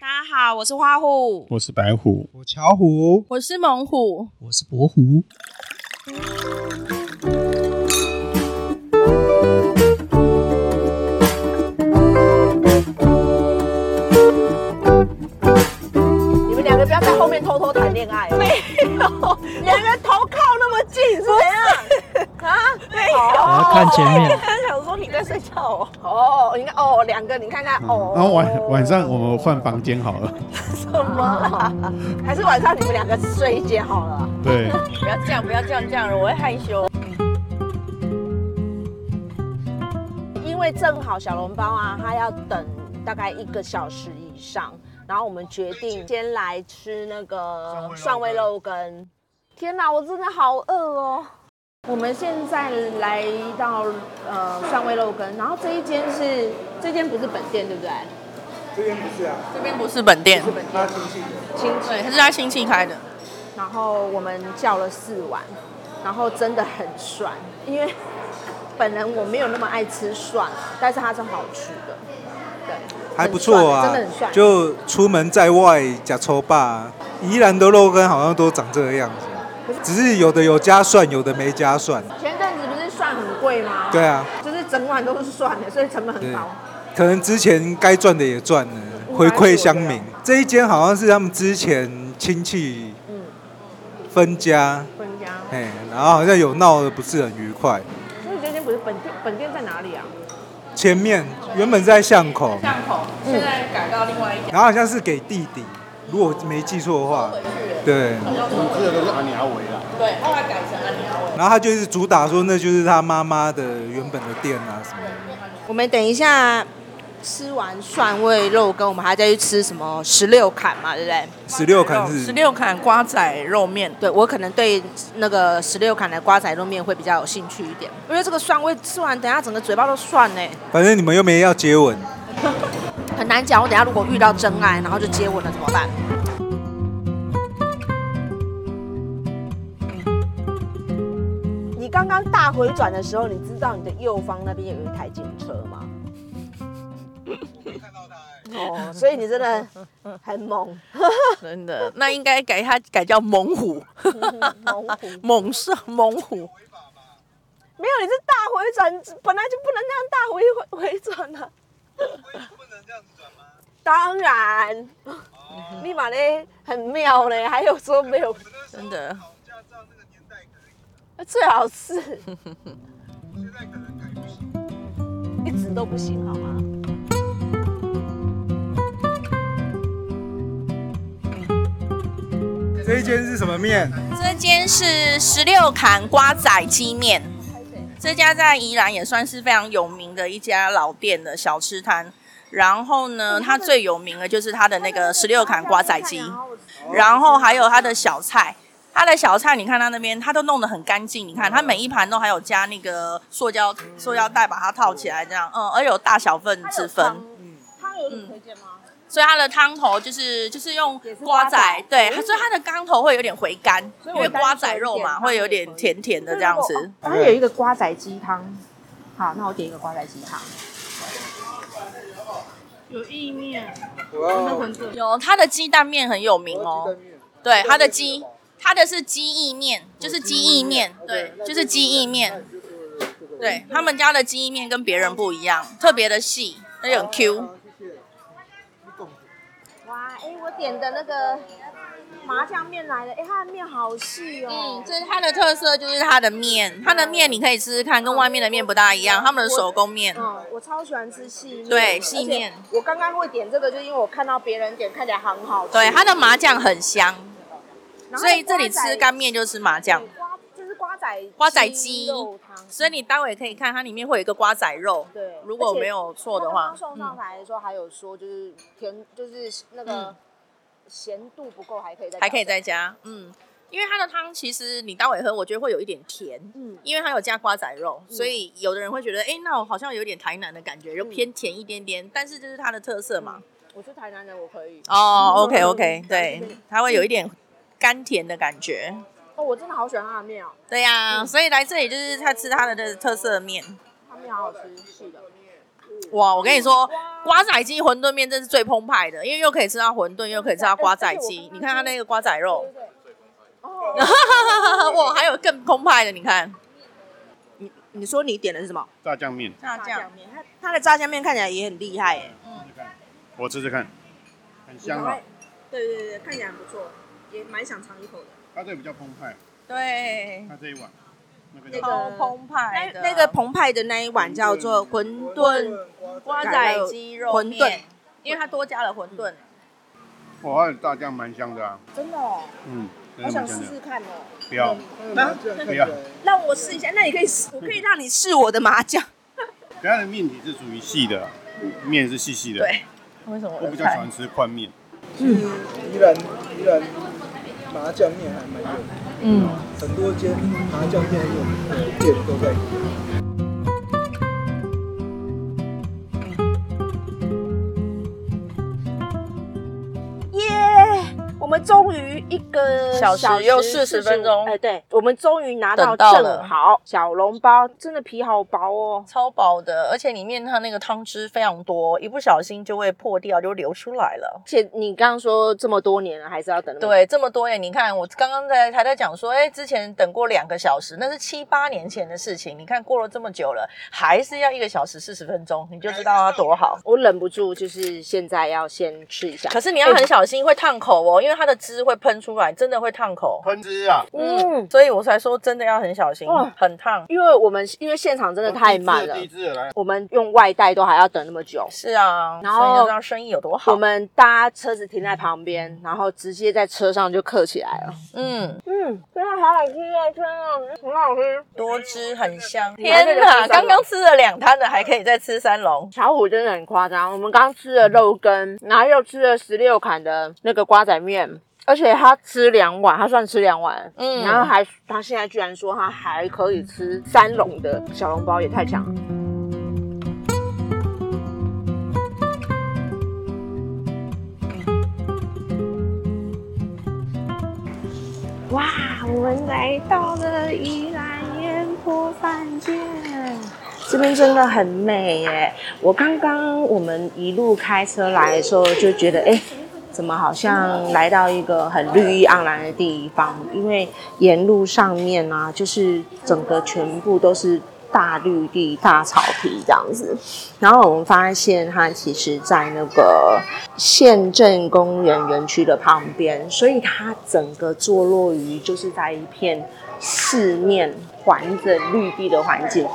大家好，我是花虎，我是白虎，我巧虎，我是猛虎。我是博虎。你们两个不要在后面偷偷谈恋爱、哦没 有，两个头靠那么近，是怎样？啊，没有，我要看前面，他想说你在睡觉哦。哦，你看哦，两个你看看哦。然后晚晚上我们换房间好了。什么啦？哦还是晚上你们两个睡一间好了。对，不要这样，不要这样，这样我会害羞。因为正好小笼包啊，它要等大概一个小时以上，然后我们决定先来吃那个蒜味肉羹。天哪，我真的好饿哦！我们现在来到呃蒜味肉羹，然后这一间是这间不是本店对不对？这边不是本店，亲戚对，他是他亲戚开的。然后我们叫了四碗，然后真的很涮，因为本人我没有那么爱吃蒜，但是它是好吃的，对，还不错啊很涮真的很，涮。就出门在外假抽霸，宜兰的肉羹好像都长这个样子，只是有的有加蒜，有的没加蒜。前阵子不是蒜很贵吗？对，啊，就是整碗都是蒜的，所以成本很对高。可能之前该赚的也赚了，回馈啊乡民。这一间好像是他们之前亲戚嗯，分家，分家。哎，然后好像有闹得不是很愉快。所以这间不是本店，本店在哪里啊？前面原本在巷口，巷口现在改到另外一条，然后好像是给弟弟，如果没记错的话，对。这个是阿尼阿维啦。对，后来改成安寮然后他就是主打说那就是他妈妈的原本的店啊什么的。我们等一下吃完蒜味肉羹，我们还再去吃什么十六坎嘛，对不对？十六砍是十六砍瓜仔肉面，对我可能对那个十六坎的瓜仔肉面会比较有兴趣一点，因为这个蒜味吃完，等一下整个嘴巴都蒜呢、反正你们又没要接吻，很难讲。我等一下如果遇到真爱，然后就接吻了怎么办？你刚刚大回转的时候，你知道你的右方那边有一台警车吗？哦，所以你真的很猛，真的，那应该改他改叫猛虎，猛虎。猛兽猛虎，没有，你是大回转，本来就不能这样大回回回转啊。当然，立马嘞很妙嘞，还有说没有， 真的。最好是，一直都不行好吗？这一间是什么面？这间是十六坎瓜仔鸡面，这家在宜兰也算是非常有名的一家老店的小吃摊。然后呢，它最有名的就是它的那个十六坎瓜仔鸡，然后还有它的小菜。它的小菜，你看它那边，它都弄得很干净。你看，它每一盘都还有加那个塑胶塑胶袋把它套起来，这样，嗯，而有大小份之分。汤有推荐吗？所以它的汤头就是就是用也是瓜瓜仔仔，对，它所以它的汤头会有点回甘，因以我为瓜单仔纯肉点嘛，汤会有也点可以甜甜的这样子。它有一个瓜仔鸡汤，好，那我点一个瓜仔鸡汤。有它的鸡蛋面很有名哦，对，它的鸡，它的是鸡意面，就是鸡意面，对，就是鸡意面。对他们家的鸡意面跟别人不一样，特别的细，而且哦很 Q。哇，哎、我点的那个麻酱面来了，哎、它的面好细哦、嗯，这是它的特色，就是它的面，它的面你可以试试看，跟外面的面不大一样，他们的手工面。嗯，我超喜欢吃细面的，对细面而且我刚刚会点这个，就因为我看到别人点，看起来很好吃。对，它的麻酱很香，然后所以这里瓜仔吃干面就吃麻酱对。瓜，这是瓜仔瓜仔鸡肉汤。所以你待会可以看它里面会有一个瓜仔肉，对，如果没有错而且的他话刚刚，送上来的时候还有说，就是甜，就是那个嗯咸度不够，还可以再还可以再调加，嗯，因为它的汤其实你待会喝，我觉得会有一点甜，嗯因为它有加瓜仔肉，所以有的人会觉得，哎、那我好像有点台南的感觉，就嗯偏甜一点点，但是这是它的特色嘛。哦整。我是台嗯南人，我可以。嗯哦，OK OK，对，它会有一点甘甜的感觉。哦，我真的好喜欢它的面哦，对呀、所以来这里就是他吃他的这特色的面。它面好好吃，是的。哇，我跟你说，瓜仔鸡馄饨面真是最澎湃的，因为又可以吃到馄饨，又可以吃到瓜仔鸡。你看它那个瓜仔肉，哦， 哇，还有更澎湃的，你看你你说你点的是什么？炸酱面，那这炸酱样，面，它的炸酱面看起来也很厉害哎。我吃吃看，很香然啊后，对对对，看起来很不错，也蛮想尝一口的。它这个比较澎湃，对，它这一碗那个那叫超澎那湃的那个澎湃的那一碗叫做馄饨，瓜仔鸡肉馄面饨，因为它多加了馄饨。哇，它的炸酱蛮香的啊，真的哦，嗯，真好的想蛮香试的，试看哦。不要不要，让我试一下，那你可以试，我可以让你试我的麻酱。它的面体是属于细的啊，面是细细的，对为什么我我比的较喜菜？欢吃宽面，宜兰宜兰麻酱面还蛮有，嗯，很多间麻酱面有店都在。耶！我们终于一个小时又40 45分钟哎，对，我们终于拿到等到了正好小笼包，真的皮好薄哦。超薄的，而且里面它那个汤汁非常多，一不小心就会破掉，就流出来了。而且你刚刚说这么多年了，还是要等那么久对，这么多耶！你看，我刚刚在还在讲说，哎，之前等过两个小时，那是七八年前的事情。你看过了这么久了，还是要一个小时四十分钟，你就知道它多好。我忍不住就是现在要先吃一下。可是你要很小心，会烫口哦，因为它的汁会喷出来，真的会烫口。喷汁啊，嗯，所以我才说真的要很小心哦，很烫。因为我们因为现场真的太满了第，一次来，我们用外带都还要等那么久。是啊，然所以你后就知道生意有多我好。们搭车子停在旁边，然后直接在车上就刻起来了。嗯，嗯，真的好好吃啊！真的很好吃。多汁很香。天哪天哪，刚刚刚刚吃了两摊的，还可以再吃三笼。小虎真的很夸张，我们刚吃了肉羹，然后又吃了十六砍的那个瓜仔面，而且他吃两碗，他算吃两碗，嗯然后还他现在居然说他还可以吃三笼的小笼包，也太强了。哇，我们来到了宜兰烟波饭店，这边真的很美耶！我刚刚我们一路开车来的时候，就觉得哎。诶怎么好像来到一个很绿意盎然的地方？因为沿路上面啊，就是整个全部都是大绿地、大草皮这样子。然后我们发现它其实，在那个县政公园园区的旁边，所以它整个坐落于就是在一片四面环着绿地的环境。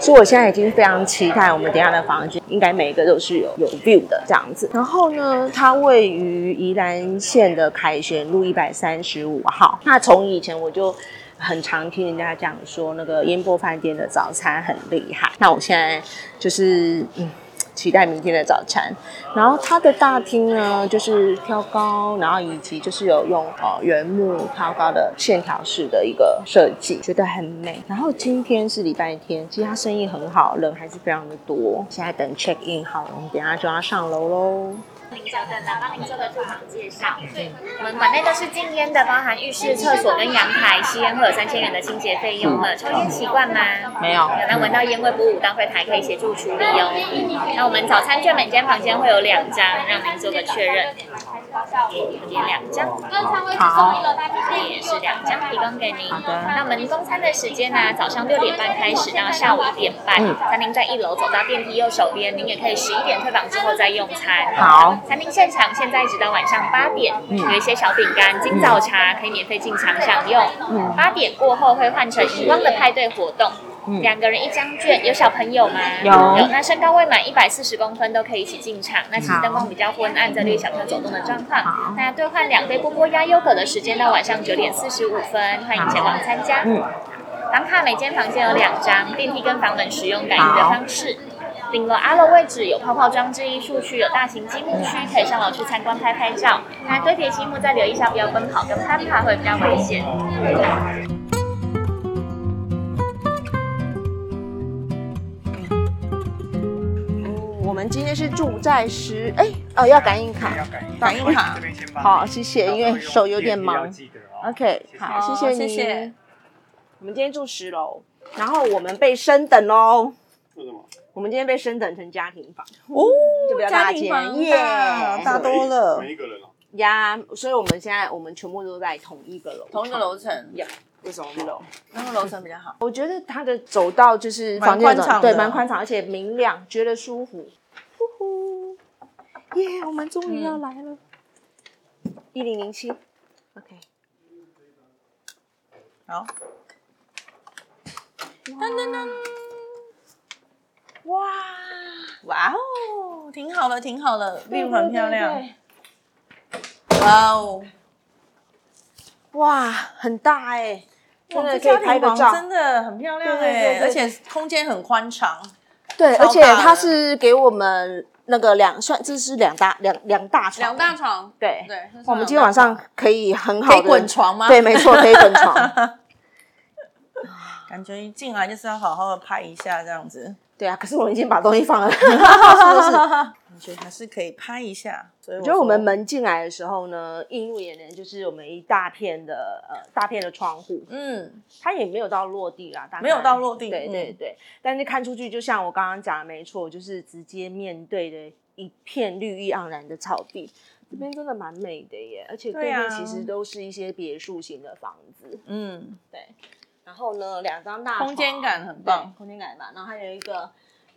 所以我现在已经非常期待我们等一下的房间，应该每一个都是有有 view 的这样子。然后呢，它位于宜兰县的凯旋路一百三十五号。那从以前我就。很常听人家讲说，那个烟波饭店的早餐很厉害。那我现在就是嗯，期待明天的早餐。然后它的大厅呢，就是挑高，然后以及就是有用呃原木挑高的线条式的一个设计，觉得很美。然后今天是礼拜天，其实它生意很好，人还是非常的多。现在等 check in 好了，我们等一下就要上楼喽。您稍等，来帮您做个入场介绍。我们馆内都是禁烟的，包含浴室、厕所跟阳台，吸烟会有三千元的清洁费用了。抽烟习惯吗？嗯没有那闻到烟味不武当会牌可以协助处理哦。那我们早餐券每间房间会有两张，让您做个确认。这边两张，好，这边也是两张，提供给您。好的那我们公餐的时间呢、早上六点半开始到下午一点半，嗯餐厅在一楼走到电梯右手边，您也可以十一点退房之后再用餐。好，餐厅现场现在直到晚上八点，嗯有一些小饼干、金早茶可以免费进场享用。嗯八、点过后会换成荧光的派对活动。两个人一张券，有小朋友吗？嗯有那身高未满一百四十公分都可以一起进场。那其实好灯光比较昏暗，这里有小朋友走动的状好况。那兑换两杯波波鸭优格的时间到晚上九点四十五分，欢迎前往参加。嗯房卡每间房间有两张，电梯跟房门使用感应的方式。顶楼阿楼位置有泡泡装置艺术区，有大型积木区，可以上楼去参观拍拍照。那堆叠积木再留意一下，不要奔跑跟攀爬会比较危险。我们今天是住在十哎哦要感应卡，反应卡，好谢谢，因为手有点忙。记得哦 OK，好，谢谢谢你。谢。我们今天住十楼，然后我们被升等喽。为什么？我们今天被升等成家庭房哦，就比较家大庭间房耶大大多了每一个人哦，呀所以我们现在我们全部都在同一个楼，同一个，楼层，为什么十楼？那个楼层比较好。我觉得它的走道就是蛮房间的宽敞对，的蛮宽敞，而且明亮，觉得舒服。呼呼，耶、我们终于要来了，一零零七，OK。好，哇，哇哦，挺好了，挺好了，view 很漂对亮对。哇哦，对哇，很大哎、真哇的这可家以拍庭个房照，真的很漂亮对对对哎，对而且空间很宽敞。对，超而且大的它是给我们那个两算，这是两大两两大床，床，对对哇我们今天晚上可以很好可的以滚，床吗？对，没错，可以滚床。 感觉一进来就是要好好的拍一下这样 子，对啊，可是我们已经把东西放 了，到处都是。感觉还是可以拍一下。所以我觉得我们说，门进来的时候呢，映入眼帘就是我们一大片的呃大片的窗户，嗯，它也没有到落地啦，大概没有到落地对嗯对对。但是看出去，就像我刚刚讲的，没错，就是直接面对的一片绿意盎然的草地，这边真的蛮美的耶，而且对对啊面其实都是一些别墅型的房子，嗯，然后呢，两张大空间床感很棒对空间感很棒，然后还有一个。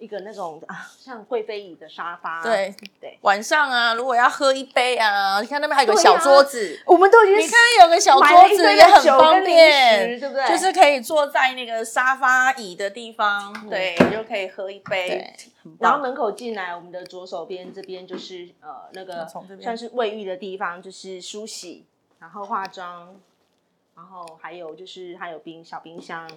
一个那种啊，像贵妃椅的沙发，，对对晚上啊，如果要喝一杯啊，你看那边还有个对小啊桌子，我们都已经你看有个小桌子也很方便，对不对？就是可以坐在那个沙发椅的地方，对，就可以喝一杯对，很嗯然后棒。门口进来，我们的左手边这边就是呃那个从这边算是卫浴的地方，就是梳洗，然后化妆，然后还有就是还有冰小冰箱，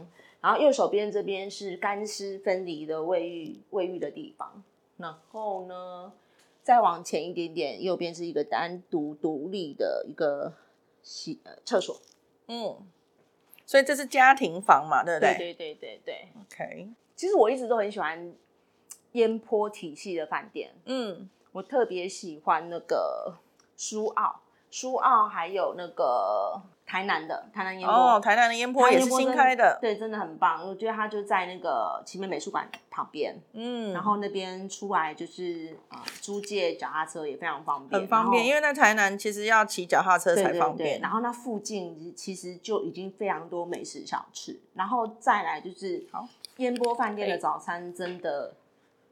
然后右手边这边是干湿分离的卫浴卫浴的地方，然后呢再往前一点点，右边是一个单独独立的一个洗呃厕所，嗯，所以这是家庭房嘛，对不对对对对对对， ？OK，其实我一直都很喜欢烟波体系的饭店。嗯，我特别喜欢那个苏澳，苏澳还有那个台南的台南烟波。哦，台南的烟波也是新开的，对，真的很棒。我觉得它就在那个奇美美术馆旁边，嗯，然后那边出来就是啊、呃租借脚踏车也非常方便，很方便，因为为在台南其实要骑脚踏车才方便。然后那附近其实就已经非常多美食小吃，然后再来就是好哎烟波饭店的早餐真的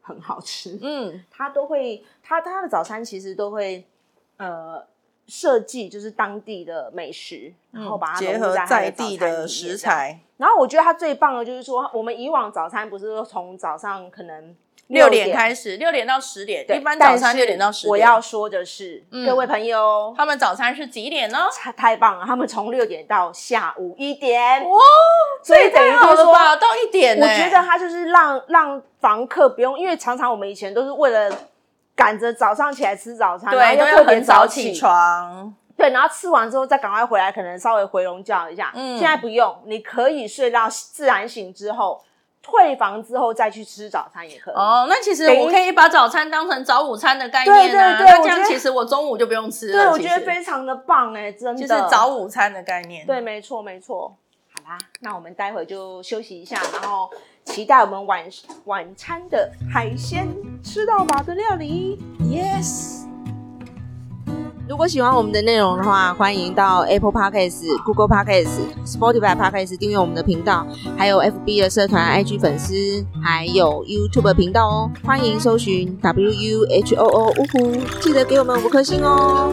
很好 吃，嗯，他都会，他他的早餐其实都会，呃，设计就是当地的美食，然后把它嗯结融入合在他在的早餐地里的面食这样。材，然后我觉得他最棒的就是说，我们以往早餐不是说从早上可能六点点开始，六点到十点，对一般早但餐是六点到十点。我要说的是，嗯各位朋友，他们早餐是几点呢？太太棒了，他们从六点到下午一点，哇，所以等于太好就是了说。吧，到一点欸呢。我觉得他就是让让房客不用，因为常常我们以前都是为了赶着早上起来吃早餐，然对，后都要又啊特别很早起起床。对，然后吃完之后再赶快回来，可能稍微回笼觉一下。嗯现在不用，你可以睡到自然醒之后，退房之后再去吃早餐也可以。哦，那其实等于我可以把早餐当成早午餐的概念对啊。对对那我这样觉得其实我中午就不用吃对，了。我其觉实得非常的棒哎、真的。就是早午餐的概念。对，，没错，没错。好啦，那我们待会就休息一下，然后期待我们晚晚餐的海鲜吃到饱的料理。Yes。如果喜欢我们的内容的话，欢迎到 Apple Podcasts、Google Podcasts、Spotify Podcasts 订阅我们的频道，还有 FB 的社团、IG 粉丝，还有 YouTube 的频道哦。欢迎搜寻 W U H O O 呜呼，记得给我们五颗星哦。